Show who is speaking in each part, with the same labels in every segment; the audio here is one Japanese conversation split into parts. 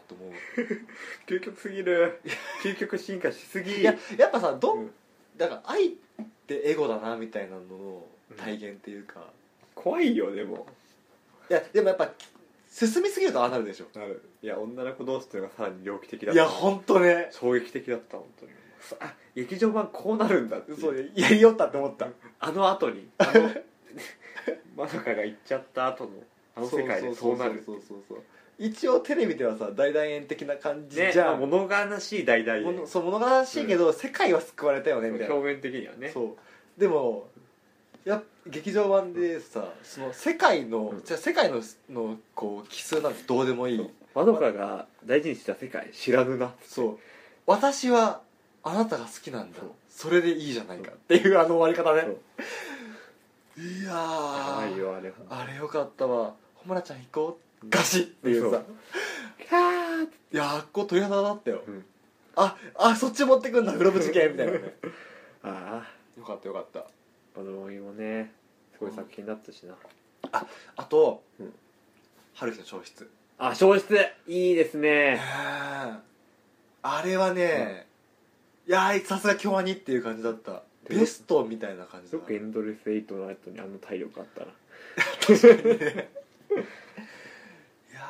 Speaker 1: と思う
Speaker 2: 究極すぎる究極進化しすぎ
Speaker 1: いややっぱさど
Speaker 2: うんん
Speaker 1: だから愛ってエゴだなみたいなのの体現っていうか、
Speaker 2: 怖いよでも
Speaker 1: いやでもやっぱ進みすぎるとああなるでしょ
Speaker 2: なるいや女の子同士っていうのがさらに猟奇的だっ
Speaker 1: い
Speaker 2: た
Speaker 1: や本当ね
Speaker 2: 衝撃的だった本当にさあ劇場版こうなるんだっていう
Speaker 1: そうやりよったって思った
Speaker 2: あの後にあのまさかが行っちゃった後のあの世界でそうなる
Speaker 1: そうそうそうそう一応テレビではさ大団円的な感じ
Speaker 2: ね
Speaker 1: じゃ
Speaker 2: まあ
Speaker 1: ん、
Speaker 2: 物悲しい大々
Speaker 1: もの
Speaker 2: で
Speaker 1: そう物悲しいけど、世界は救われたよねみたいな、
Speaker 2: 表面的にはね
Speaker 1: そうでもやっ劇場版でさ、その世界の、
Speaker 2: うん
Speaker 1: じゃあ世界ののこう奇数なんてどうでもいい、
Speaker 2: まどかが大事にした世界知らぬな
Speaker 1: そう私はあなたが好きなんだそれでいいじゃないかっていうあの終わり方ねいや
Speaker 2: やばい
Speaker 1: ー
Speaker 2: よあれ
Speaker 1: あれよかったわほむらちゃん行こうガシッっていう
Speaker 2: そ
Speaker 1: さ
Speaker 2: うあ
Speaker 1: いやーあっこ鳥肌だったよ、
Speaker 2: うん
Speaker 1: ああそっち持ってくんだグローブ事件みたいなね
Speaker 2: あ
Speaker 1: よかったよかった
Speaker 2: バドロイもねすごい作品だったしな
Speaker 1: あと、
Speaker 2: うん
Speaker 1: 春日の消失
Speaker 2: あ消失いいです
Speaker 1: ええ
Speaker 2: ね
Speaker 1: あれはね、いやーさすが京アニっていう感じだった
Speaker 2: で
Speaker 1: ベストみたいな感じ
Speaker 2: す
Speaker 1: だ
Speaker 2: ごくエンドレスエイトの後にあの体力あったら
Speaker 1: いや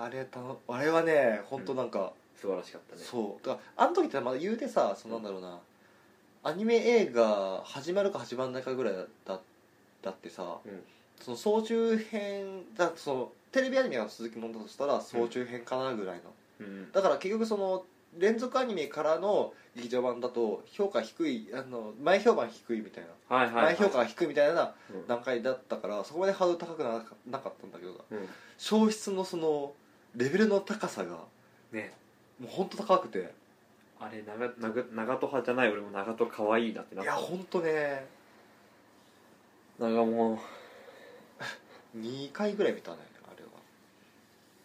Speaker 1: ーあれたのあれはね本当なんか、
Speaker 2: 素晴らしかったね
Speaker 1: そうだからあの時ってまだ言うてさそのなんだろうな、アニメ映画始まるか始まんないかぐらいだだってさ、
Speaker 2: うん
Speaker 1: その総集編だそのテレビアニメが続きものだとしたら総集編かなぐらいの、
Speaker 2: うん
Speaker 1: だから結局その連続アニメからの劇場版だと評価低いあの前評判低いみたいな、
Speaker 2: はいはいはい
Speaker 1: 前評価が低いみたいな
Speaker 2: うん
Speaker 1: 段階だったからそこまでハードル高くなかなかったんだけど
Speaker 2: うん
Speaker 1: 消失のそのレベルの高さがも
Speaker 2: ね
Speaker 1: う本当高くて
Speaker 2: あれ長長長戸派じゃない俺も長戸可愛いなってないっ
Speaker 1: や
Speaker 2: た
Speaker 1: 本当ね
Speaker 2: 長も
Speaker 1: 2回ぐらい見たねあれは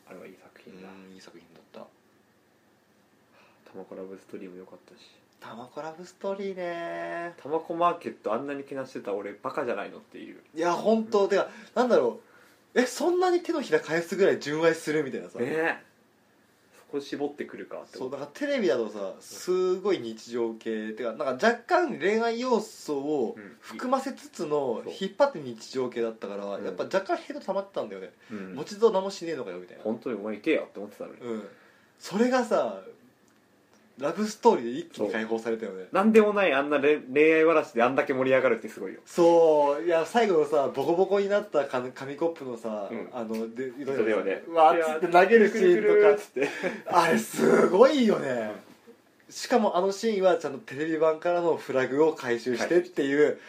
Speaker 2: あれはいい作品だ
Speaker 1: うんいい作品だっ
Speaker 2: 「タマコラブストリーム」良かったした
Speaker 1: タマコラブストーリーね
Speaker 2: タマコマーケットあんなにけなしてた俺バカじゃないのっていう
Speaker 1: いや本当てかなんだろうえそんなに手のひら返すぐらい純愛するみたいなさ、
Speaker 2: ねえそこ絞ってくるかって
Speaker 1: そうだ
Speaker 2: 思
Speaker 1: からテレビだとさすごい日常系ってかなんか若干恋愛要素を
Speaker 2: うん
Speaker 1: 含ませつつの
Speaker 2: そう
Speaker 1: 引っ張って日常系だったから、
Speaker 2: うん
Speaker 1: やっぱ若干ヘド溜まってたんだよね、
Speaker 2: うん
Speaker 1: 持ち蔵何もしねえのかよみたいな
Speaker 2: 本当にお前行けよって思ってたのに
Speaker 1: うんそれがさラブストーリーで一気に解放されたよね
Speaker 2: なんでもないあんなれ恋愛話であんだけ盛り上がるってすごいよ
Speaker 1: そういや最後のさボコボコになったか紙コップのさ、
Speaker 2: うん
Speaker 1: あので色
Speaker 2: それをね
Speaker 1: うわーっつって投げるシーンと
Speaker 2: つって
Speaker 1: かあれすごいよねしかもあのシーンはちゃんとテレビ版からのフラグを回収してっていう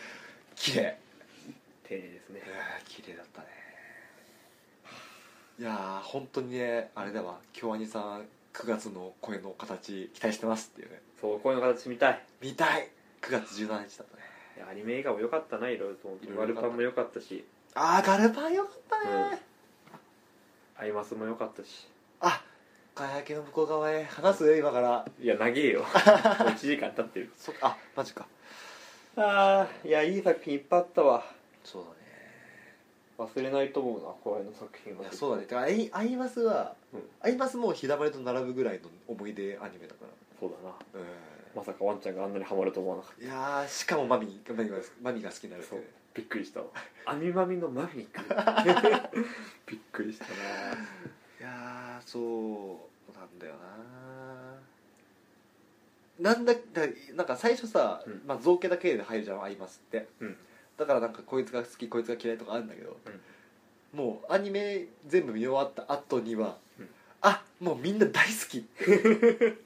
Speaker 1: 綺麗
Speaker 2: 丁寧ですね
Speaker 1: いやー綺麗だったねいやー本当にねあれだわ京アニさん9月の声の形期待してますっていうね
Speaker 2: そうこういうの形見たい
Speaker 1: 見たい9月17日だったね
Speaker 2: いやアニメ映画も良かったないろいろと思って
Speaker 1: いろ
Speaker 2: ワ
Speaker 1: いろ
Speaker 2: ル
Speaker 1: 良かった
Speaker 2: パンも良かったし
Speaker 1: あーガルパンよかったね、
Speaker 2: うんアイマスも良かったし
Speaker 1: あガヤキの向こう側へ話すよ今から
Speaker 2: いや長えよ もう1時間経ってる
Speaker 1: そっかあマジか
Speaker 2: ああいやいい作品いっぱいあったわ
Speaker 1: そうだね
Speaker 2: 忘れないと思うなこれの作品
Speaker 1: い
Speaker 2: は
Speaker 1: やそうだねてかアイアイマスは、
Speaker 2: うん
Speaker 1: アイマスもう日だまりと並ぶぐらいの思い出アニメだか
Speaker 2: そうだな
Speaker 1: らうん
Speaker 2: まさかワンちゃんがあんなにハマると思わなかっ
Speaker 1: いやーしかもマミマミがマミが好きになるって
Speaker 2: たそう
Speaker 1: ね
Speaker 2: びっくり したわアミマミのマミ君 びっくりしたない
Speaker 1: やーそうなんだよななんだだなんか最初さ、
Speaker 2: うん
Speaker 1: まあ、造形だけで入るじゃんアイマスって
Speaker 2: うん
Speaker 1: だからなんかこいつが好きこいつが嫌いとかあるんだけど、もうアニメ全部見終わった後には、
Speaker 2: うん
Speaker 1: あもうみんな大好きって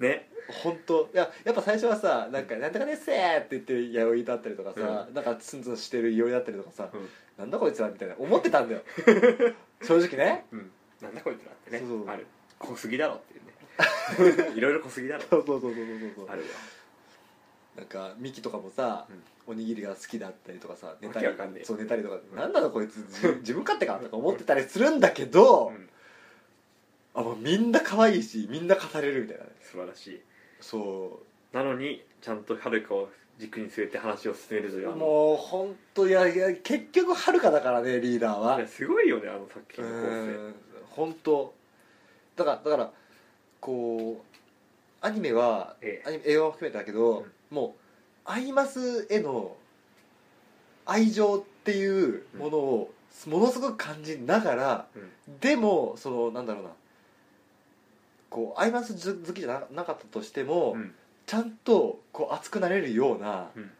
Speaker 2: ね
Speaker 1: 本当いややっぱ最初はさなんか「なんとかです!」って言ってる弥生だったりとかさ、なんかツンツンしてる弥生だったりとかさ、
Speaker 2: うん
Speaker 1: なんだこいつらみたいな思ってた んだよ正直ね
Speaker 2: うんなんだこいつらってね
Speaker 1: そうそう
Speaker 2: ある濃すぎだろっていう ねいろいろ濃すぎだろ
Speaker 1: そうそうそうそうそうそう
Speaker 2: あるわ
Speaker 1: なんかミキとかもさ、おにぎりが好きだったりとかさ寝たり
Speaker 2: わけわかんねえ
Speaker 1: そう寝たりとか、
Speaker 2: ん
Speaker 1: なんなのこいつ自自分勝手かとか思ってたりするんだけど、
Speaker 2: うん
Speaker 1: あもうみんな可愛いしみんな語れるみたいなね
Speaker 2: 素晴らしい
Speaker 1: そ
Speaker 2: なのにちゃんとはるかを軸に据えて話を進めるといううあの
Speaker 1: もう本当いやいや結局はるかだからねリーダーは
Speaker 2: ねすごいよねあの作
Speaker 1: う
Speaker 2: 品の構成
Speaker 1: ん本当だからだからこうアニメは
Speaker 2: ええ
Speaker 1: アニメ映画も含めてだけど、もうアイマスへの愛情っていうものをものすごく感じながら、でもそのなんだろうなこうアイマス好きじゃななかったとしても、
Speaker 2: うん
Speaker 1: ちゃんとこう熱くなれるような
Speaker 2: うん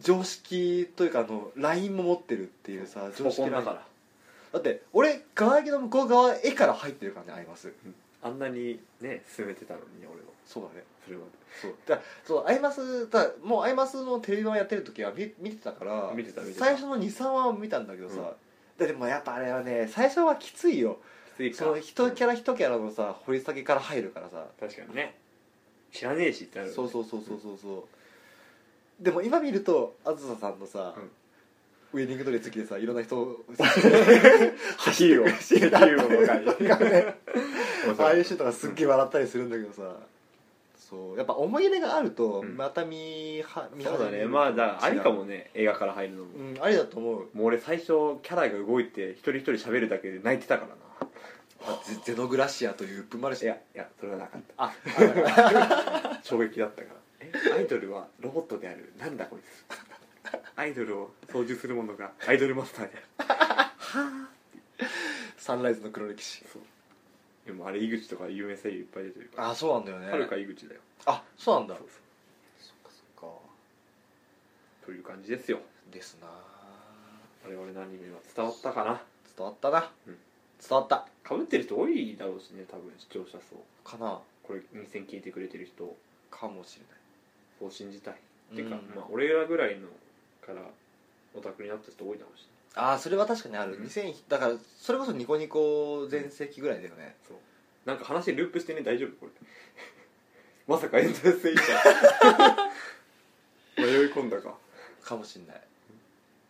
Speaker 1: 常識というかあのラインも持ってるっていうさ常識
Speaker 2: 古今
Speaker 1: ライ
Speaker 2: だ
Speaker 1: ン
Speaker 2: から
Speaker 1: だって俺側の向こう側絵から入ってるからねアイマス
Speaker 2: あんなにね進めてたのに俺は
Speaker 1: そうだね
Speaker 2: それは
Speaker 1: そうだからそうアイマスだからもうアイマスのテレビ版やってる時は見見てたから
Speaker 2: 見てた見てた
Speaker 1: 最初の23話を見たんだけどさ、
Speaker 2: うん
Speaker 1: だでもやっぱあれはね最初はきついよ
Speaker 2: きつい
Speaker 1: そ
Speaker 2: から
Speaker 1: の一キャ
Speaker 2: ラ
Speaker 1: ラ一キャラのさ掘り下げから入るからさ
Speaker 2: 確かにね知らねえしってなるよ
Speaker 1: そう
Speaker 2: ね
Speaker 1: そうそうそうそうそうでも今見るとあずささんのさ、
Speaker 2: うん
Speaker 1: ウェディングドレス着てさいろんな 人を
Speaker 2: ヒーローヒーローの回
Speaker 1: ああいうシーンとかすっげえ笑ったりするんだけどさ、そうやっぱ思い入れがあると
Speaker 2: うん
Speaker 1: また見は、見
Speaker 2: そうだ
Speaker 1: 始め
Speaker 2: ね
Speaker 1: る
Speaker 2: まあだからありかもね映画から入るのも
Speaker 1: うんありだと思う
Speaker 2: もう俺最初キャラが動いて一人一人喋るだけで泣いてたからな
Speaker 1: あゼゼノグラシアというプンマルシ
Speaker 2: い
Speaker 1: ア
Speaker 2: やいやそれはなかった
Speaker 1: あ
Speaker 2: 衝撃だったからえアイドルはロボットであるなんだこいつアイドルを操縦するものがアイドルマスターである
Speaker 1: サンライズの黒歴史
Speaker 2: そうでもあれ井口とか有名声優いっぱい出てるから
Speaker 1: あそうなんだよね
Speaker 2: はるか井口だよ
Speaker 1: あそうなんだ
Speaker 2: そうそ
Speaker 1: っかそっか
Speaker 2: うという感じですよ
Speaker 1: ですな
Speaker 2: 我々のアニメは伝わったかな
Speaker 1: 伝わったな、
Speaker 2: うん
Speaker 1: 伝わった
Speaker 2: かぶってる人多いだろうしね多分視聴者層
Speaker 1: かな
Speaker 2: これ2 0聞いてくれてる人
Speaker 1: かもしれない
Speaker 2: そう信じたいっていうか、
Speaker 1: うん
Speaker 2: まあ俺らぐらいのからオタクになった人多いだろうし、ね、
Speaker 1: ああそれは確かにある、
Speaker 2: うん
Speaker 1: 2000だからそれこそニコニコ全盛期ぐらいだよね、
Speaker 2: そうなんか話ループしてね大丈夫これ まさか エンドレスエイター迷い込んだか
Speaker 1: かもしれない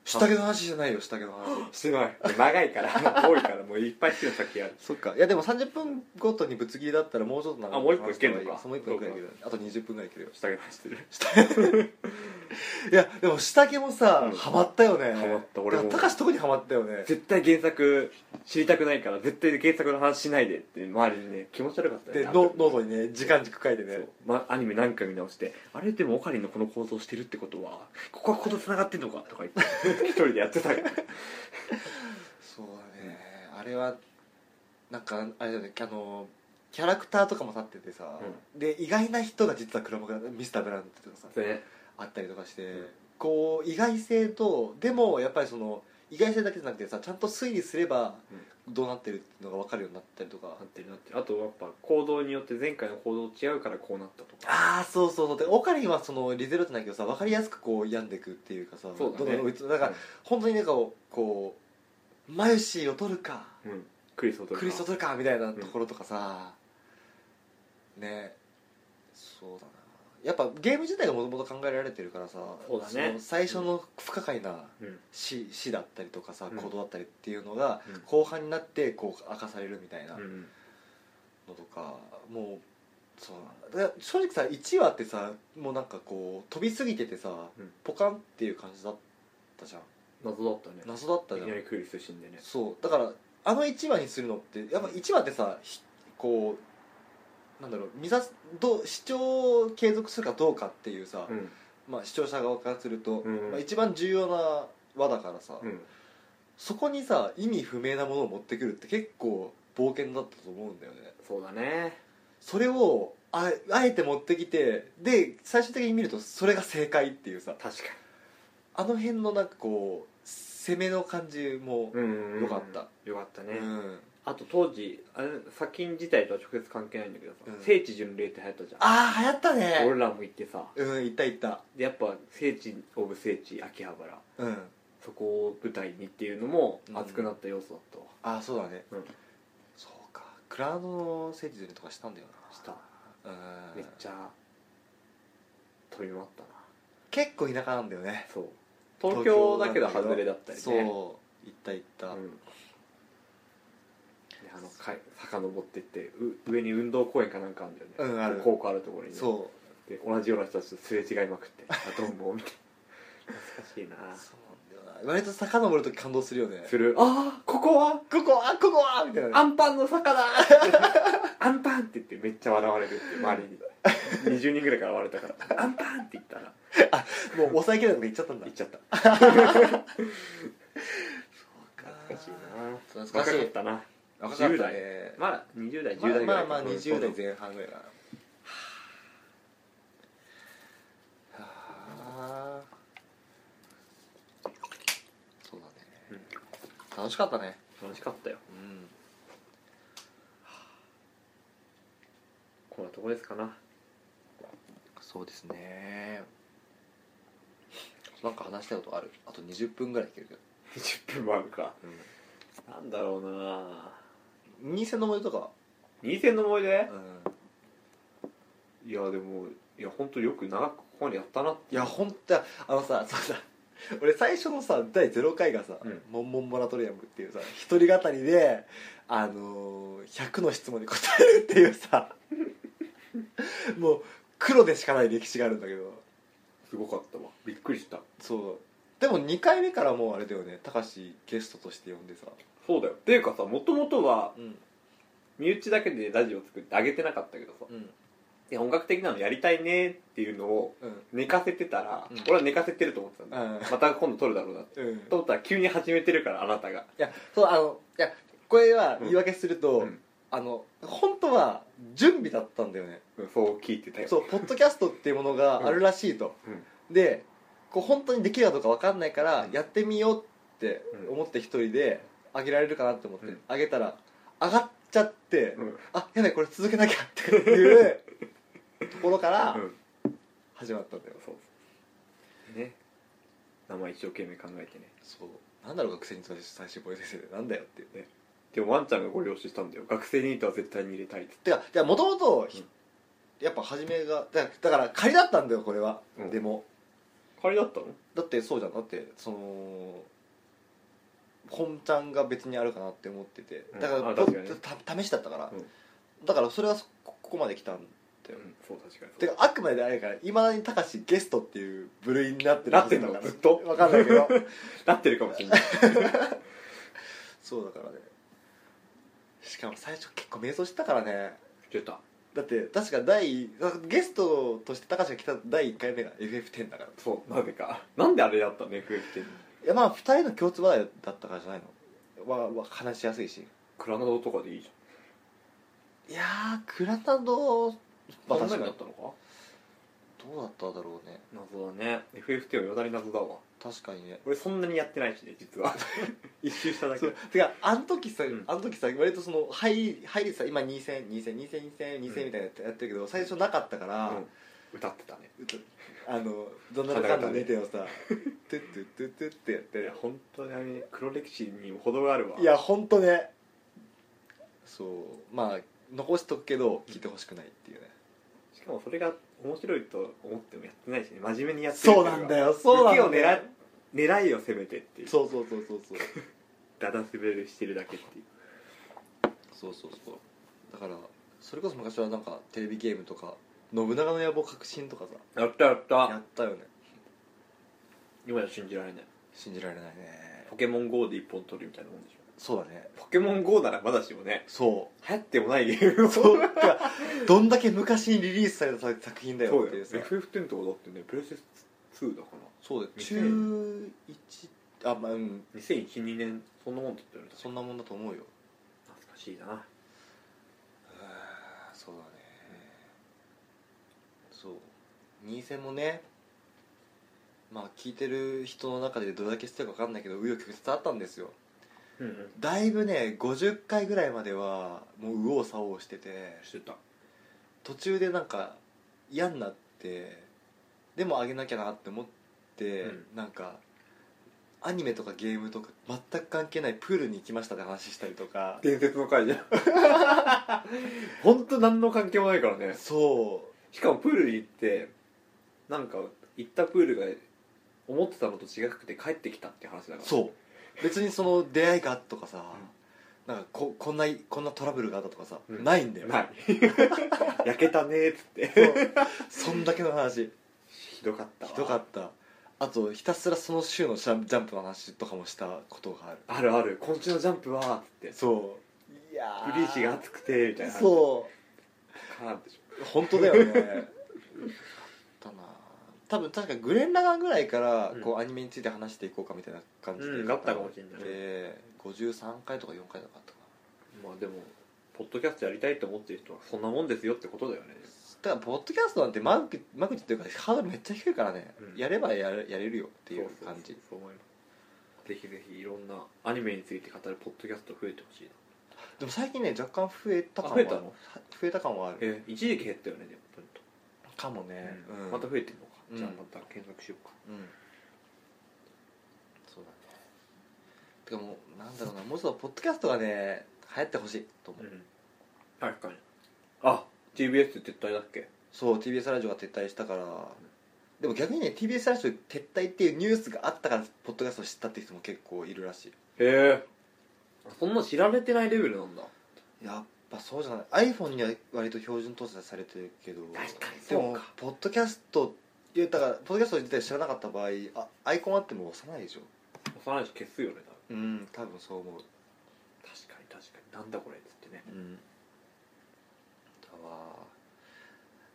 Speaker 1: 下着の話じゃないよ下着の話
Speaker 2: してない長いから多いからもういっぱい好きな先ある
Speaker 1: そっかいやでも30分ごとにぶつ切りだったらもうちょっと長
Speaker 2: あもう一個いけるのか
Speaker 1: そうもう一個いくらいけるあと20分ぐらいいけるよ
Speaker 2: 下着の話してる
Speaker 1: いやでも下着もさ、
Speaker 2: うん
Speaker 1: ハマったよね
Speaker 2: ハマった俺も
Speaker 1: だから高橋特にハマったよね
Speaker 2: 絶対原作知りたくないから絶対原作の話しないでって周りにね気持ち悪かった
Speaker 1: で
Speaker 2: よね
Speaker 1: ノノートにね時間軸書いて
Speaker 2: そ
Speaker 1: ね
Speaker 2: う、ま、アニメ何回見直して「あれでもオカリンのこの構造してるってことはここはここと繋がってんのか」とか言って一人でやってたから
Speaker 1: そうだねあれはなんかあれだよねあのキャラクターとかも立っててさ、で意外な人が実は黒幕だミスターブラウンっていうのがさ
Speaker 2: ね
Speaker 1: あったりとかして、
Speaker 2: ん
Speaker 1: こう意外性とでもやっぱりその意外性だけじゃなくてさちゃんと推理すればどうなってるっていうのが分かるようになったりとか
Speaker 2: な、ってるなってるあとやっぱ行動によって前回の行動違うからこうなったとか
Speaker 1: ああそうそうそうでオカリンはそのリゼロじゃないけどさ分かりやすくこう病んでいくっていうかさ
Speaker 2: そうだね
Speaker 1: どんどん追い詰めだから本当になんかこうマユシーを取るか
Speaker 2: うん、うんクリスを取る
Speaker 1: クリスを取るかみたいなところとかさ、ねそうだなやっぱゲーム自体がもともと考えられてるからさ
Speaker 2: そうだね
Speaker 1: の最初の不可解な、
Speaker 2: うん
Speaker 1: 死死だったりとかさ
Speaker 2: うん
Speaker 1: 行動だったりっていうのが
Speaker 2: うん
Speaker 1: 後半になってこう明かされるみたいな
Speaker 2: うんうん
Speaker 1: のとかもうそうなんだだから正直さ1話ってさもうなんかこう飛びすぎててさ
Speaker 2: うん
Speaker 1: ポカンっていう感じだったじゃん
Speaker 2: 謎だったね
Speaker 1: 謎だった
Speaker 2: い
Speaker 1: じゃ
Speaker 2: き
Speaker 1: ん
Speaker 2: なりクリス死んでね
Speaker 1: そうだからあの1話にするのってやっぱ1話ってさひこうなんだろう見さすどう視聴を継続するかどうかっていうさ、
Speaker 2: ん
Speaker 1: まあ、視聴者側からすると、
Speaker 2: うん
Speaker 1: まあ、一番重要な話だからさ、
Speaker 2: うん
Speaker 1: そこにさ意味不明なものを持ってくるって結構冒険だったと思うんだよね
Speaker 2: そうだね
Speaker 1: それをああえて持ってきてで最終的に見るとそれが正解っていうさ
Speaker 2: 確か
Speaker 1: あの辺のなんかこう攻めの感じも
Speaker 2: にうん
Speaker 1: よかった
Speaker 2: よかった
Speaker 1: う
Speaker 2: ね、
Speaker 1: ん
Speaker 2: あと当時あれ作品自体とは直接関係ないんだけどさ、
Speaker 1: うん
Speaker 2: 聖地巡礼って流行ったじゃん
Speaker 1: ああ流行ったね
Speaker 2: 俺らも行ってさ
Speaker 1: うん行った行った
Speaker 2: でやっぱ聖地オブ聖地秋葉原
Speaker 1: うん
Speaker 2: そこを舞台にっていうのも
Speaker 1: うん
Speaker 2: 熱くなった要素だったわ、
Speaker 1: ああそうだね
Speaker 2: うん
Speaker 1: そうかクラウドの聖地とかしたんだよな
Speaker 2: した
Speaker 1: うん
Speaker 2: めっちゃ飛び回ったな
Speaker 1: 結構田舎なんだよね
Speaker 2: そう東京だけど外れだったりね
Speaker 1: そう行った行った、
Speaker 2: うんであのか遡ってってう上に運動公園かなんかあるんだよね、
Speaker 1: うんある
Speaker 2: 高校あるところにね
Speaker 1: そう
Speaker 2: で同じような人たちとすれ違いまくってあどうもみたいな懐かしいな
Speaker 1: そうなんだよな割と遡ると感動するよね
Speaker 2: するああここは
Speaker 1: ここはここはみたいな
Speaker 2: アンパンの坂 だアンパンって言ってめっちゃ笑われるっていう周りに20人ぐらいから笑われたからアンパンって言ったら
Speaker 1: もう抑えきれなくて言っちゃったんだ
Speaker 2: 言っちゃった懐かしいな
Speaker 1: 懐かしい
Speaker 2: 若かったな
Speaker 1: 若かっ
Speaker 2: 10
Speaker 1: た
Speaker 2: 代
Speaker 1: ね
Speaker 2: まだ20代10
Speaker 1: まあ
Speaker 2: 代ぐらい
Speaker 1: まあ
Speaker 2: か
Speaker 1: まあ
Speaker 2: な
Speaker 1: 20代前半ぐらいかなはあそうだね楽しかったね
Speaker 2: 楽しかったよ
Speaker 1: うん
Speaker 2: こんなとこですかな
Speaker 1: そうですねなんか話したいことあるあと20分ぐらいいけるけど、
Speaker 2: 20分もあるかなんだろうな
Speaker 1: うん、2戦の思い出とか、
Speaker 2: 2戦の思い出
Speaker 1: うん、
Speaker 2: いやでもいや本当よく長くここまでやったない
Speaker 1: やほんとあのさそうだ俺最初のさ第0回がさ「
Speaker 2: うん
Speaker 1: モンモンモラトリアム」っていうさ一人語りで、あのー、100の質問に答えるっていうさ もう黒でしかない歴史があるんだけど
Speaker 2: すごかったわびっくりした
Speaker 1: そうでも2回目からもうあれだよねたかしゲストとして呼んでさ、
Speaker 2: そうだよっていうかさもともとは
Speaker 1: うん
Speaker 2: 身内だけでラジオ作ってあげてなかったけどさ
Speaker 1: うん
Speaker 2: いや音楽的なのやりたいねっていうのを
Speaker 1: うん
Speaker 2: 寝かせてたら、
Speaker 1: うん
Speaker 2: 俺は寝かせてると思ってたんだ、
Speaker 1: うん
Speaker 2: また今度撮るだろうなって
Speaker 1: うん
Speaker 2: と思ったら急に始めてるからあなたが
Speaker 1: いやそうあのいやこれは
Speaker 2: うん
Speaker 1: 言い訳すると、
Speaker 2: うん
Speaker 1: あの本当は準備だったんだよね
Speaker 2: うんそう聞いてたよ
Speaker 1: そうポッドキャストっていうものがあるらしいと、
Speaker 2: うん
Speaker 1: でこう本当にできるかどうか分かんないから
Speaker 2: うん
Speaker 1: やってみようって思って一人であげられるかなって思って
Speaker 2: うん
Speaker 1: あげたら上がっちゃって、
Speaker 2: うん
Speaker 1: あやばいこれ続けなきゃっていうところから
Speaker 2: うん
Speaker 1: 始まったんだよ
Speaker 2: そうね名前一生懸命考えてね
Speaker 1: そうなんだろう学生に最終ボイス先生なんだよっていうね
Speaker 2: でもワンちゃんがご了承したんだよ学生ニートは絶対に入れたいって
Speaker 1: てかじゃあもともと
Speaker 2: うん
Speaker 1: やっぱ初めがだだから仮だったんだよこれは、
Speaker 2: うん
Speaker 1: でも
Speaker 2: 仮だったの
Speaker 1: だってそうじゃんだってその本ちゃんが別にあるかなって思っててだから、
Speaker 2: うんあ
Speaker 1: と
Speaker 2: 確かにね
Speaker 1: た試しだったから、
Speaker 2: うん
Speaker 1: だからそれはそここまで来たんだ
Speaker 2: う
Speaker 1: よ、
Speaker 2: んそう確かに
Speaker 1: てかあくまであれだからいまだにたかしゲストっていう部類になってる
Speaker 2: なってんのずっと
Speaker 1: 分かんないけ ど
Speaker 2: なってるかもしれない
Speaker 1: そうだからねしかも最初結構迷走してたからね
Speaker 2: 出た
Speaker 1: だって確か第ゲストとして高橋が来た第1回目が FF10 だから
Speaker 2: そうなぜかなんであれやったの FF って
Speaker 1: いやまあ2人の共通話題だったからじゃないのは、は話しやすいし
Speaker 2: クラナドとかでいいじ
Speaker 1: いやークラタド
Speaker 2: ゃ
Speaker 1: まあ
Speaker 2: んそん
Speaker 1: 確かに
Speaker 2: なになっ
Speaker 1: ど
Speaker 2: たのか
Speaker 1: うだっただろうね
Speaker 2: 謎だね FF ってよだり謎だわ
Speaker 1: 確かにね
Speaker 2: 俺そんなにやってないしね実は 一周しただけ
Speaker 1: そうてかあの時さ、
Speaker 2: うん
Speaker 1: あの時さ割とその入り入りさ今2戦2戦2戦2戦2戦みたいなやつやってるけど最初なかったから、
Speaker 2: うん、歌ってたね
Speaker 1: あのどんな感じの2点をさ「トゥットゥットゥットゥッ」ってやっ
Speaker 2: い
Speaker 1: て
Speaker 2: や本当にあれ黒歴史にも程があるわ
Speaker 1: いやほんとねそうまあ残しとくけど聞いてほしくないっていうね
Speaker 2: しかもそれが面白いと思ってもやってないしね真面目にやってる
Speaker 1: そうなんだ
Speaker 2: よ
Speaker 1: よそうなんだよ
Speaker 2: 受けを狙っ狙いを攻めてっていう
Speaker 1: そうそうそうそうそう
Speaker 2: ダダ滑りしてるだけっていう
Speaker 1: そうそうそうだからそれこそ昔はなんかテレビゲームとか信長の野望革新とかさ
Speaker 2: やったやっ
Speaker 1: や
Speaker 2: た
Speaker 1: ったよね
Speaker 2: 今じゃ信じられない
Speaker 1: 信じられないね
Speaker 2: ポケモン GO で一本取るみたいなもんでしょ
Speaker 1: そうだね
Speaker 2: ポケモン GO ならまだしもね
Speaker 1: そ
Speaker 2: 流行ってもないゲーム
Speaker 1: うそう てかどんだけ昔にリリースされた作作品だ
Speaker 2: そ
Speaker 1: よ
Speaker 2: う
Speaker 1: って
Speaker 2: だ
Speaker 1: い
Speaker 2: よ
Speaker 1: うさ
Speaker 2: FF10 とかだってねプレセス2だから
Speaker 1: そうだよ
Speaker 2: 2000
Speaker 1: 中1あまあうん
Speaker 2: 2012年そんなもんだったよね
Speaker 1: そんなもんだと思うよ
Speaker 2: 懐かしいな
Speaker 1: そうだねそう2戦もねまあ聞いてる人の中でどれだけしてるか分かんないけど紆余曲折あったんですよ
Speaker 2: うんうん
Speaker 1: だいぶね50回ぐらいまではもう右往左往してて
Speaker 2: してた
Speaker 1: 途中でなんか嫌になってでもあげなきゃなって思って、
Speaker 2: うん
Speaker 1: なんかアニメとかゲームとか全く関係ないプールに行きましたって話したりとか
Speaker 2: 伝説の回じゃん ほんと何の関係もないからね
Speaker 1: そ
Speaker 2: しかもプールに行ってなんか行ったプールが思ってたのと違くて帰ってきたって話だか
Speaker 1: う
Speaker 2: ら
Speaker 1: そう別にその出会いがあったとかさ、なんかここんなこんなトラブルがあったとかさ、
Speaker 2: うん
Speaker 1: ないんだよ
Speaker 2: ない 焼けたねーっつって
Speaker 1: そうそんだけの話
Speaker 2: ひどかったわ
Speaker 1: ひどかったあとひたすらその週のジャンジャンプの話とかもしたことがある
Speaker 2: あるある「今週のジャンプは」っつって
Speaker 1: そういや
Speaker 2: ブリーチが熱くてみたいな
Speaker 1: そう
Speaker 2: かーでし
Speaker 1: う本当だよねあったな多分確かグレン・ラガンぐらいから
Speaker 2: うん
Speaker 1: こうアニメについて話していこうかみたいな感じで、
Speaker 2: うんなったかもしれない
Speaker 1: で53回とか4回とかあったか
Speaker 2: ょまあでもポッドキャストやりたいと思ってる人はそんなもんですよってことだよね
Speaker 1: なだからポッドキャストなんて間口間口っていうかハードルめっちゃ低いからね、
Speaker 2: うん
Speaker 1: やればやれやれるよっていう
Speaker 2: そうそう
Speaker 1: 感じ
Speaker 2: そう思いますぜひぜひいろんなアニメについて語るポッドキャスト増えてほしいな
Speaker 1: でも最近ね若干増えた感は
Speaker 2: あ増えたの
Speaker 1: 増えた感はある
Speaker 2: え一時期減ったよねでもほんと
Speaker 1: かもね、うん
Speaker 2: また増えてるのか、
Speaker 1: うん
Speaker 2: じゃあまた検索しようか
Speaker 1: うんそうだねてかもうなんだろうなもうちょっとポッドキャストがね流行ってほしいと思う、
Speaker 2: ん確かにあ TBS 撤退だっけ
Speaker 1: そう TBS ラジオが撤退したからでも逆にね TBS ラジオ撤退っていうニュースがあったからポッドキャストを知ったって人も結構いるらし
Speaker 2: へえそんな知られてないレベルなんだ
Speaker 1: いやっぱそうじゃない iPhone には割と標準搭載されてるけど
Speaker 2: 確かに
Speaker 1: で
Speaker 2: そう
Speaker 1: も
Speaker 2: か
Speaker 1: ポッドキャストいやだからポッドキャスト自体知らなかった場合あアイコンあっても押さないでしょ
Speaker 2: 幼いし消すよね多分
Speaker 1: うん多分そう思う
Speaker 2: 確かに確かになんだこれっつってね
Speaker 1: うんだわ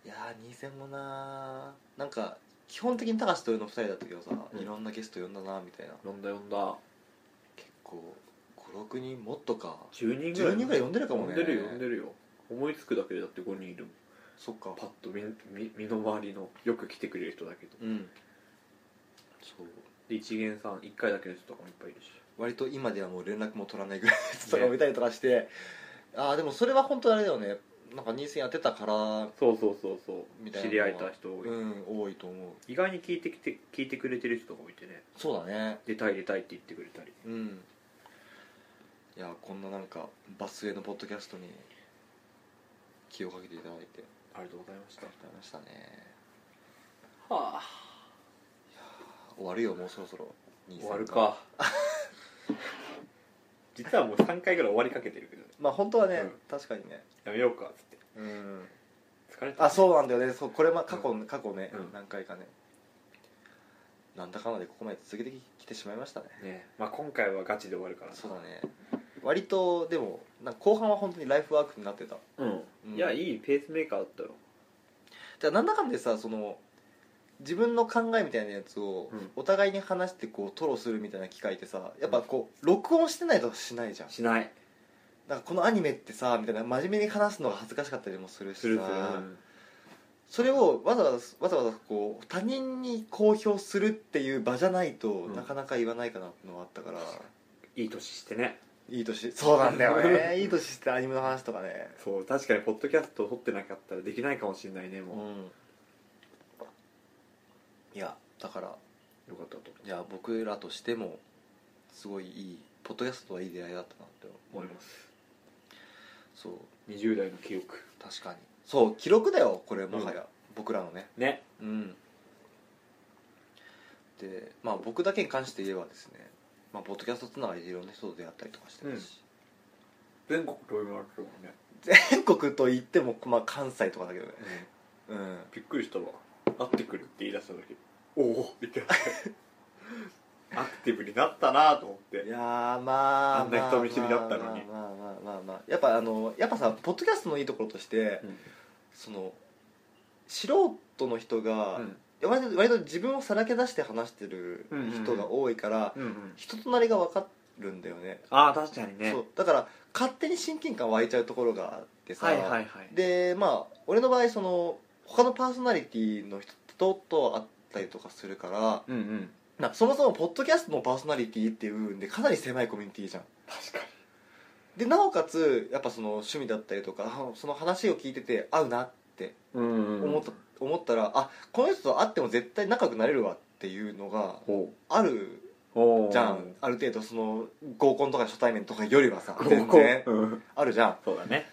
Speaker 1: いやー2000もなーなんか基本的に高橋と俺の2人だったけどさ、
Speaker 2: うん
Speaker 1: いろんなゲスト呼んだなみたいな
Speaker 2: 呼んだ呼んだ
Speaker 1: 結構56人もっとか
Speaker 2: 10人ぐらい
Speaker 1: 10人ぐらい呼んでるかもね
Speaker 2: 呼んでるよ呼んでるよ思いつくだけでだって5人いるもん
Speaker 1: そっか
Speaker 2: パッとみみ身の回りのよく来てくれる人だけど
Speaker 1: うんそう
Speaker 2: で一元さん1回だけの人とかもいっぱいいるし
Speaker 1: 割と今ではもう連絡も取らないぐらいのや つとか見たりとかして、ああでもそれは本当あれだよねなんか2000やってたから
Speaker 2: そうそうそうそ
Speaker 1: み
Speaker 2: う
Speaker 1: たい
Speaker 2: 知
Speaker 1: な
Speaker 2: り合えた人多い、
Speaker 1: うん多いと思う
Speaker 2: 意外に聞いてきて聞いてくれてる人とかもいてね
Speaker 1: そうだね
Speaker 2: 出たい出たいって言ってくれたり
Speaker 1: うんいやこんななんかバスへのポッドキャストに気をかけていただいて
Speaker 2: ありがとうございまし
Speaker 1: ありがとうございましたね
Speaker 2: たはあ
Speaker 1: 終わるよもうそろそろ2000
Speaker 2: 終わるか 実はもう3回ぐらい終わりかけてるけどね
Speaker 1: まあ本当はね、
Speaker 2: うん
Speaker 1: 確かにね
Speaker 2: やめようかっつって
Speaker 1: うん
Speaker 2: 疲れた
Speaker 1: あそうなんだよねそうこれま過去、過去ね、
Speaker 2: うん
Speaker 1: 何回かねなんだかんだでここまで続けてきてしまいましたね
Speaker 2: ねまあ今回はガチで終わるから
Speaker 1: そうだね割とでもなんか後半は本当にライフワークになってた
Speaker 2: う
Speaker 1: うん
Speaker 2: んいやいいペースメーカーだったよ
Speaker 1: じゃあなんだかんでさその自分の考えみたいなやつを
Speaker 2: うん
Speaker 1: お互いに話してこう吐露するみたいな機会ってさやっぱこう録音してないとしないじゃん
Speaker 2: しない
Speaker 1: なんかこのアニメってさみたいな真面目に話すのが恥ずかしかったりもするし
Speaker 2: するする
Speaker 1: さそれをわざわざわざわざこう他人に公表するっていう場じゃないと、
Speaker 2: ん
Speaker 1: なかなか言わないかなってのはあったから
Speaker 2: いい年してね
Speaker 1: いい年そうなんだよねいい年してアニメの話とかね
Speaker 2: そう確かにポッドキャスト撮ってなかったらできないかもしれないね
Speaker 1: う
Speaker 2: も
Speaker 1: んいやだから
Speaker 2: うよかったと
Speaker 1: いや僕らとしてもすごいいいポッドキャストはいい出会いだったなって
Speaker 2: 思います
Speaker 1: そう
Speaker 2: 20代の記憶
Speaker 1: 確かにそう記録だよこれもはや、僕らのね
Speaker 2: ね
Speaker 1: うんでまあ僕だけに関して言えばですね、まあ、ポッドキャストつながりでいろんな人と出会ったりとかしてるし、
Speaker 2: 全国飛び回ってるもんね、
Speaker 1: 全国といっても、まあ、関西とかだけどねうん
Speaker 2: びっくりしたわ会ってくるって言い出した時おおみたいなアクティブになったなと思って
Speaker 1: いやーまあ
Speaker 2: あんな人見知りだったのに
Speaker 1: まあまあまあまあまあ、まあやっぱあのやっぱさポッドキャストのいいところとして、
Speaker 2: うん
Speaker 1: その素人の人が、割と割と自分をさらけ出して話してる人が多いから、
Speaker 2: うんうん
Speaker 1: 人となりが分かるんだよね
Speaker 2: ああ確かにね
Speaker 1: そうだから勝手に親近感湧いちゃうところがあってさ、
Speaker 2: はいはいはい
Speaker 1: でまあ俺の場合その他のパーソナリティの人とと会ったりとかするから
Speaker 2: うんうん
Speaker 1: なんかそもそもポッドキャストのパーソナリティっていう部分でかなり狭いコミュニティじゃん
Speaker 2: 確かに
Speaker 1: でなおかつやっぱその趣味だったりとかあその話を聞いてて合うなって
Speaker 2: うんうん
Speaker 1: 思った,、思ったらあこの人と会っても絶対仲良くなれるわっていうのが
Speaker 2: ほ
Speaker 1: ある
Speaker 2: うほう
Speaker 1: じゃんある程度その合コンとか初対面とかよりはさ
Speaker 2: こ
Speaker 1: 全
Speaker 2: こ
Speaker 1: 然
Speaker 2: うん
Speaker 1: あるじゃん
Speaker 2: そうだね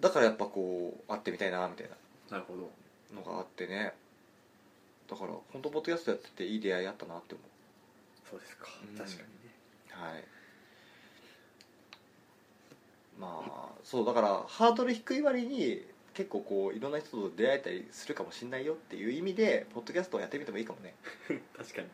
Speaker 1: だからやっぱこう会ってみたいなみたい
Speaker 2: なるほど
Speaker 1: なのがあってねだから本当ポッドキャストやってていい出会いあったなって思う
Speaker 2: そうですか
Speaker 1: うん
Speaker 2: 確かにね
Speaker 1: はいまあそうだからハードル低い割に結構こういろんな人と出会えたりするかもしんないよっていう意味でポッドキャストをやってみてもいいかもね、
Speaker 2: 確かに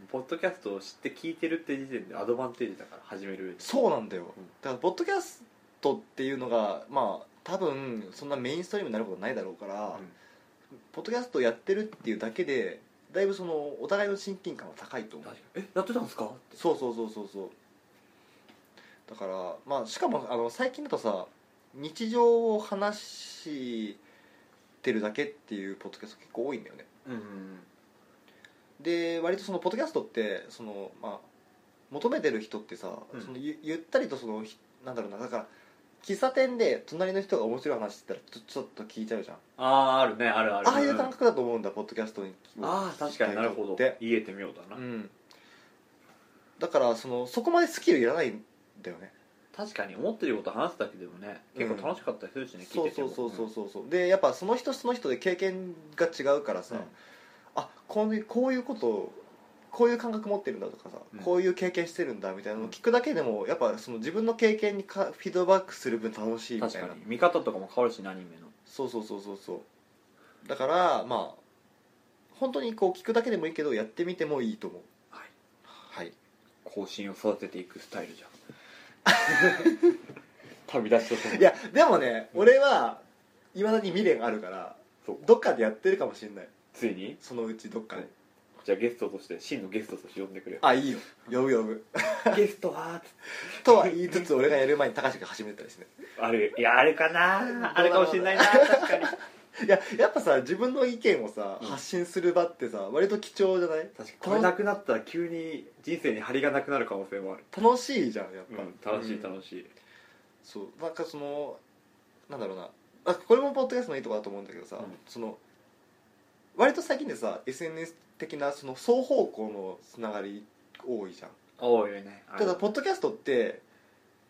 Speaker 1: うん、
Speaker 2: ポッドキャストを知って聞いてるって時点でアドバンテージだから始める上で
Speaker 1: そうなんだよ、
Speaker 2: うん
Speaker 1: だからポッドキャストっていうのがまあ多分そんなメインストリームになることないだろうから、
Speaker 2: うん
Speaker 1: ポッドキャストをやってるっていうだけでだいぶそのお互いの親近感は高いと思う
Speaker 2: 確かにえやってたんですかって
Speaker 1: そうそうそうそうそうだからまあしかもあの最近だとさ日常を話してるだけっていうポッドキャスト結構多いんだよね
Speaker 2: うんうん
Speaker 1: で割とそのポッドキャストってその、まあ、求めてる人ってさ、
Speaker 2: うん
Speaker 1: そのゆゆったりとそのひなんだろうなだから喫茶店で隣の人が面白い話してたらちょちょっと聞いちゃうじゃん
Speaker 2: ああーあるねあるある
Speaker 1: ああいう感
Speaker 2: ん
Speaker 1: 覚だと思うんだポッドキャストに
Speaker 2: ああ確かになるほど
Speaker 1: で
Speaker 2: 言えてみようだ
Speaker 1: う
Speaker 2: な、
Speaker 1: ん、だからそのそこまでスキルいらないんだよね
Speaker 2: 確かに思ってること話すだけでもね結構楽しかったりするしね、
Speaker 1: そ
Speaker 2: 聞
Speaker 1: う
Speaker 2: いてて
Speaker 1: そ
Speaker 2: も
Speaker 1: うそうそうそうそうでやっぱその人その人で経験が違うからさ、
Speaker 2: うん
Speaker 1: あこういうこういうことをこういう感覚持ってるんだとかさ、
Speaker 2: うん
Speaker 1: こういう経験してるんだみたいなのを聞くだけでもやっぱその自分の経験にかフィードバックする分楽しいみた
Speaker 2: 確
Speaker 1: いな
Speaker 2: かに見方とかも変わるしねアニメの
Speaker 1: そうそうそうそうそうだからまあ本当にこう聞くだけでもいいけどやってみてもいいと思う
Speaker 2: はい
Speaker 1: はい
Speaker 2: 後進を育てていくスタイル じゃん旅立ちととも に
Speaker 1: いやでもね、俺はいまだに未練あるから
Speaker 2: そう
Speaker 1: どっかでやってるかもしれない
Speaker 2: ついに
Speaker 1: そのうちどっかで、
Speaker 2: はいじゃあゲストとして真のゲストとして呼んでくれよ
Speaker 1: あいいよ呼ぶ呼ぶ
Speaker 2: ゲストはーっつっ
Speaker 1: とは言いつつ俺がやる前に高橋が始めたりしてね
Speaker 2: てあれいやあれかなあれかもしれないな 確かに
Speaker 1: いややっぱさ自分の意見をさ、
Speaker 2: うん
Speaker 1: 発信する場ってさ割と貴重じゃない
Speaker 2: 確かにこれなくなったら急に人生に張りがなくなる可能性もある、
Speaker 1: 楽しいじゃんやっぱ、
Speaker 2: 楽しい
Speaker 1: うん
Speaker 2: 楽しい、
Speaker 1: そうなんかそのなんだろうなあこれもポッドキャストのいいとこだと思うんだけどさ、
Speaker 2: うん
Speaker 1: その割と最近でさ SNS 的なその双方向のつながり多いじゃん
Speaker 2: 多いよね
Speaker 1: ただポッドキャストって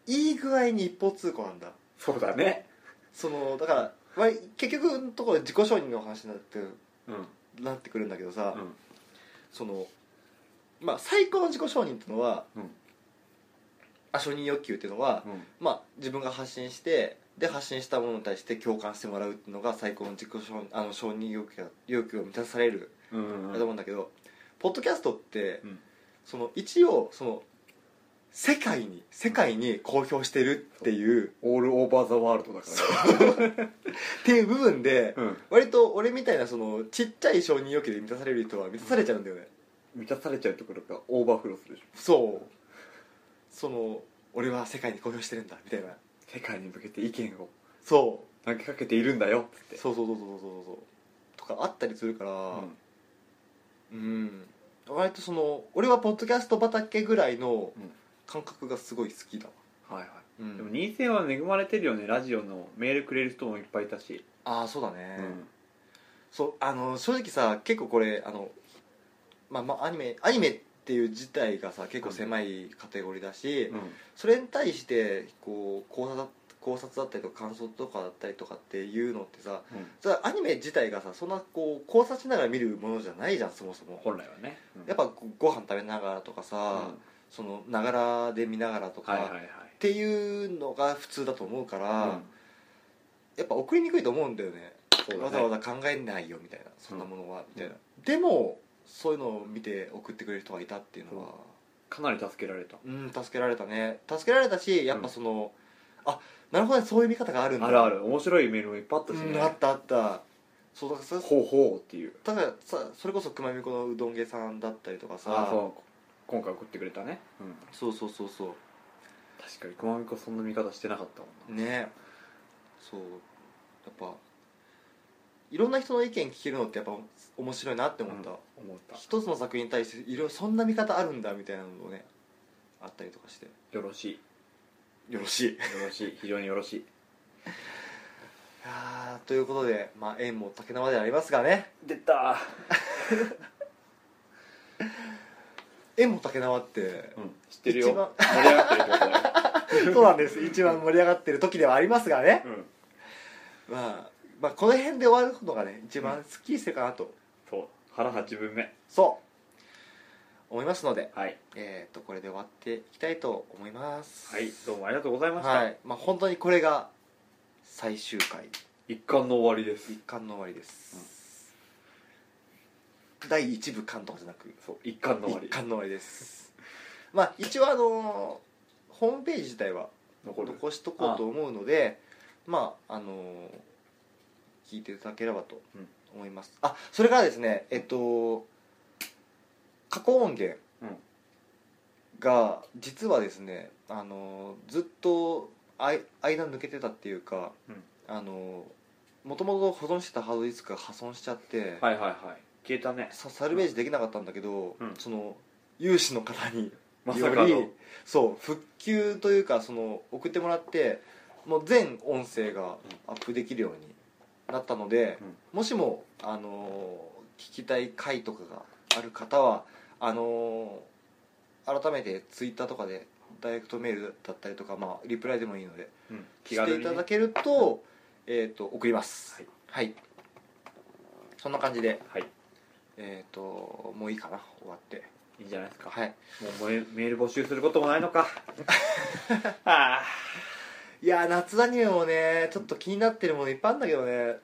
Speaker 1: いい具合に一方通行なんだ
Speaker 2: そうだね
Speaker 1: そのだから割結局のところ自己承認の話になって
Speaker 2: うんうん
Speaker 1: なってくるんだけどさ、そのまあ最高の自己承認っていうのは、
Speaker 2: うん
Speaker 1: あ承認欲求っていうのは、
Speaker 2: うん
Speaker 1: まあ、自分が発信してで発信したものに対して共感してもらうっていうのが最高の自己承認あの承認欲求だ要求を満たされる
Speaker 2: うん
Speaker 1: だと思うんだけど、ポッドキャストって、
Speaker 2: うん
Speaker 1: その一応その世界に世界に公表してるっていう、
Speaker 2: オールオーバーザワールドだから
Speaker 1: っていう部分で、
Speaker 2: ね、
Speaker 1: 割と俺みたいなそのちっちゃい承認欲求で満たされる人は満たされちゃうんだよね、
Speaker 2: うん、満たされちゃうところがオーバーフローするでしょ
Speaker 1: そうその俺は世界に公表してるんだみたいな
Speaker 2: 世界に向けて意見を
Speaker 1: そ
Speaker 2: 投げかけているんだよっつ
Speaker 1: う
Speaker 2: って
Speaker 1: そうそうそうそうそうそうとかあったりするからうん、割とその俺はポッドキャスト畑ぐらいの
Speaker 2: うん
Speaker 1: 感覚がすごい好きだわ、
Speaker 2: はいはい、
Speaker 1: うん
Speaker 2: でも人生は恵まれてるよねラジオのメールくれる人もいっぱいいたし、
Speaker 1: ああそうだね、そうあの正直さ結構これあのまあまあアニメアニメっていう自体がさ結構狭いカテゴリーだし、
Speaker 2: うん
Speaker 1: それに対してこう考察だ考察だったりとか感想とかだったりとかっていうのってさそれはアニメ自体がさそんなこう考察しながら見るものじゃないじゃんそもそも
Speaker 2: 本来はね、
Speaker 1: やっぱこうご飯食べながらとか
Speaker 2: ぱ
Speaker 1: さ、そのながらで見ながらとか、
Speaker 2: はいはいはい
Speaker 1: っていうのが普通だと思うから、
Speaker 2: うん
Speaker 1: やっぱ送りにくいと思うんだよね
Speaker 2: そうだね
Speaker 1: わざわざ考えないよみたいなそんなものは、みたいなでもそういうのを見て送ってくれる人がいたっていうのは、
Speaker 2: かなり助けられた
Speaker 1: うん助けられたね助けられたしやっぱその、あなるほどねそういう見方があるんだ
Speaker 2: あるある面白いメールもいっぱいあったし
Speaker 1: うん、あったあったそうだからさ
Speaker 2: ほうほうっていう
Speaker 1: たださそれこそ熊みこのうどん屋さんだったりとかさ
Speaker 2: あそう今回送ってくれたね、うん、
Speaker 1: そうそうそうそ
Speaker 2: 確かに熊美子そんな見方してなかったも
Speaker 1: うん
Speaker 2: な
Speaker 1: ねそうやっぱいろんな人の意見聞けるのってやっぱ面白いなって思った、
Speaker 2: 思った
Speaker 1: 一つの作品に対していろそんな見方あるんだみたいなのもねあったりとかして
Speaker 2: よろし
Speaker 1: よろしいい
Speaker 2: いよろしい非常によろしい
Speaker 1: やーということで、まあ、縁も竹縄ではありますがね
Speaker 2: 出た
Speaker 1: 縁も竹縄って
Speaker 2: うん知ってる
Speaker 1: 一番
Speaker 2: よ盛り上がってるってことだよ
Speaker 1: そうなんです一番盛り上がってる時ではありますがね、
Speaker 2: うん
Speaker 1: まあ、まあこの辺で終わるのがね一番すっきりしてるかなと、
Speaker 2: そう腹8分目
Speaker 1: そう思いますので
Speaker 2: はい
Speaker 1: えっ、とこれで終わっていきたいと思います
Speaker 2: はいどうもありがとうございました、
Speaker 1: はいまあ本当にこれが最終回
Speaker 2: 一巻の終わりです
Speaker 1: 一巻の終わりです、第一部巻とかじゃなく
Speaker 2: そう一巻の終わ
Speaker 1: 一
Speaker 2: り
Speaker 1: 巻の終わりですまあ一応あのーホームページ自体は
Speaker 2: 残る
Speaker 1: 残しとこうと思うのでまああのー聞いていただければと
Speaker 2: うん
Speaker 1: 思います、あそれからですねえっと過去音源
Speaker 2: うん
Speaker 1: が実はですねあのーずっとあい間抜けてたっていうか、
Speaker 2: うん
Speaker 1: あのもともと保存してたハードディスクが破損しちゃって、
Speaker 2: はいはいはい消えたね
Speaker 1: さサルベージできなかったんだけど、
Speaker 2: うん
Speaker 1: その有志の方に
Speaker 2: まさ
Speaker 1: よ
Speaker 2: か
Speaker 1: り
Speaker 2: の
Speaker 1: そう復旧というかその送ってもらってもう全音声がアップできるようになったので、もしも、あのー聞きたい回とかがある方はあのー改めてツイッターとかでダイレクトメールだったりとか、まあ、リプライでもいいので
Speaker 2: うん
Speaker 1: 来
Speaker 2: 気
Speaker 1: て
Speaker 2: 軽
Speaker 1: い
Speaker 2: に
Speaker 1: ただ
Speaker 2: ね
Speaker 1: けると,、えー、と送ります
Speaker 2: はい、
Speaker 1: はい、そんな感じで
Speaker 2: はい
Speaker 1: えっ、ともういいかな終わって
Speaker 2: いいんじゃないですか
Speaker 1: はい
Speaker 2: もうメメール募集することもないのか ああ
Speaker 1: いやー夏アニメもねちょっと気になってるものいっぱいあるんだけどね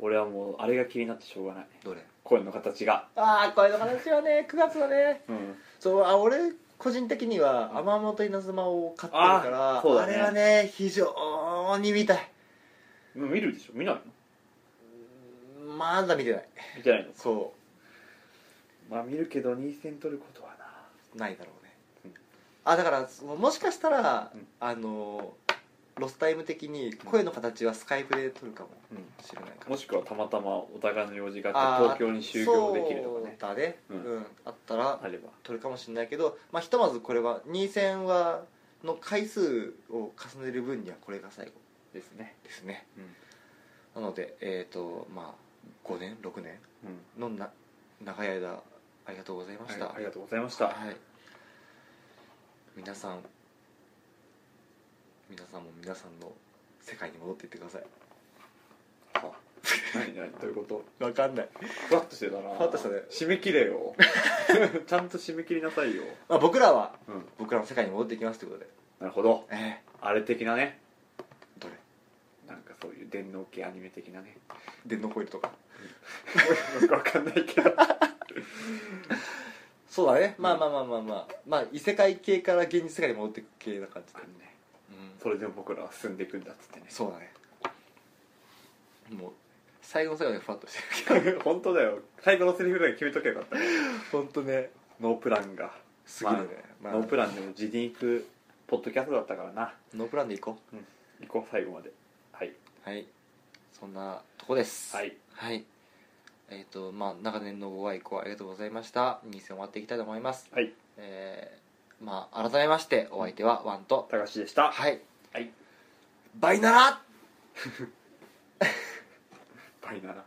Speaker 2: 俺はもうあれが気になってしょうがない
Speaker 1: どれ
Speaker 2: 声の形が
Speaker 1: ああこれの話はね9月はね
Speaker 2: うん
Speaker 1: そうあ俺個人的には天本稲妻を買ってるから
Speaker 2: あー
Speaker 1: あ,、
Speaker 2: そうだね
Speaker 1: れはね非常に見たい
Speaker 2: 見るでしょ見ないの
Speaker 1: まだ見てない
Speaker 2: 見てないの
Speaker 1: そ
Speaker 2: まあ見るけど2戦取ることはな
Speaker 1: うないだろうね、
Speaker 2: うん
Speaker 1: あだからそのもしかしたら、
Speaker 2: うん
Speaker 1: あのーロスタイム的に声の形はスカイプで撮るかも
Speaker 2: うん
Speaker 1: しれないから
Speaker 2: もしくはたまたまお互いの用事があ
Speaker 1: あ
Speaker 2: って
Speaker 1: ー
Speaker 2: 東京に就業できるとかね
Speaker 1: そうだね、
Speaker 2: う
Speaker 1: うんんあったら
Speaker 2: あれば
Speaker 1: 取るかもしれないけど、まあ、ひとまずこれは2戦はの回数を重ねる分にはこれが最後
Speaker 2: ですね
Speaker 1: ですね
Speaker 2: うん
Speaker 1: なのでえっ、とまあ5年6年
Speaker 2: うん
Speaker 1: のな長い間ありがとうございました、
Speaker 2: はいありがとうございました
Speaker 1: はい皆さん皆さんも皆さんの世界に戻っていってください
Speaker 2: は何何どういうこと
Speaker 1: わかんない、
Speaker 2: ふわっとしてたな
Speaker 1: ふわっとしたね
Speaker 2: 締め切れよ ちゃんと締め切りなさいよ
Speaker 1: まあ、僕らは
Speaker 2: うん
Speaker 1: 僕らの世界に戻っていきますということで
Speaker 2: なるほど
Speaker 1: え
Speaker 2: あれ的なね
Speaker 1: ー、どれ
Speaker 2: なんかそういう電脳系アニメ的なね
Speaker 1: 電脳コイルとか
Speaker 2: よく わかんないけど
Speaker 1: そうだね、まあまあまあまあまあまあ異世界系から現実世界に戻っていく系な感じで、
Speaker 2: ね
Speaker 1: うん
Speaker 2: それでも僕らは進んでいくんだっつってね
Speaker 1: そうだねもう最後の最後でふわっとしてるけ
Speaker 2: 本当だよ最後のセリフぐらい決めとけばよかった
Speaker 1: ど 本当ね
Speaker 2: ノープランが
Speaker 1: すぎるね、ま
Speaker 2: まあ
Speaker 1: あ
Speaker 2: ノープランでも自に行くポッドキャストだったからな
Speaker 1: ノープランでいこ
Speaker 2: 行こう最後まではい、
Speaker 1: うはいそんなとこです
Speaker 2: はい、
Speaker 1: はいえっ、とまあ長年のご愛顧ありがとうございました2戦終わっていきたいと思います
Speaker 2: はい、
Speaker 1: えー、まあ改めましてお相手はワンと、
Speaker 2: 高橋でした
Speaker 1: はい
Speaker 2: はい
Speaker 1: バイなら
Speaker 2: バイなら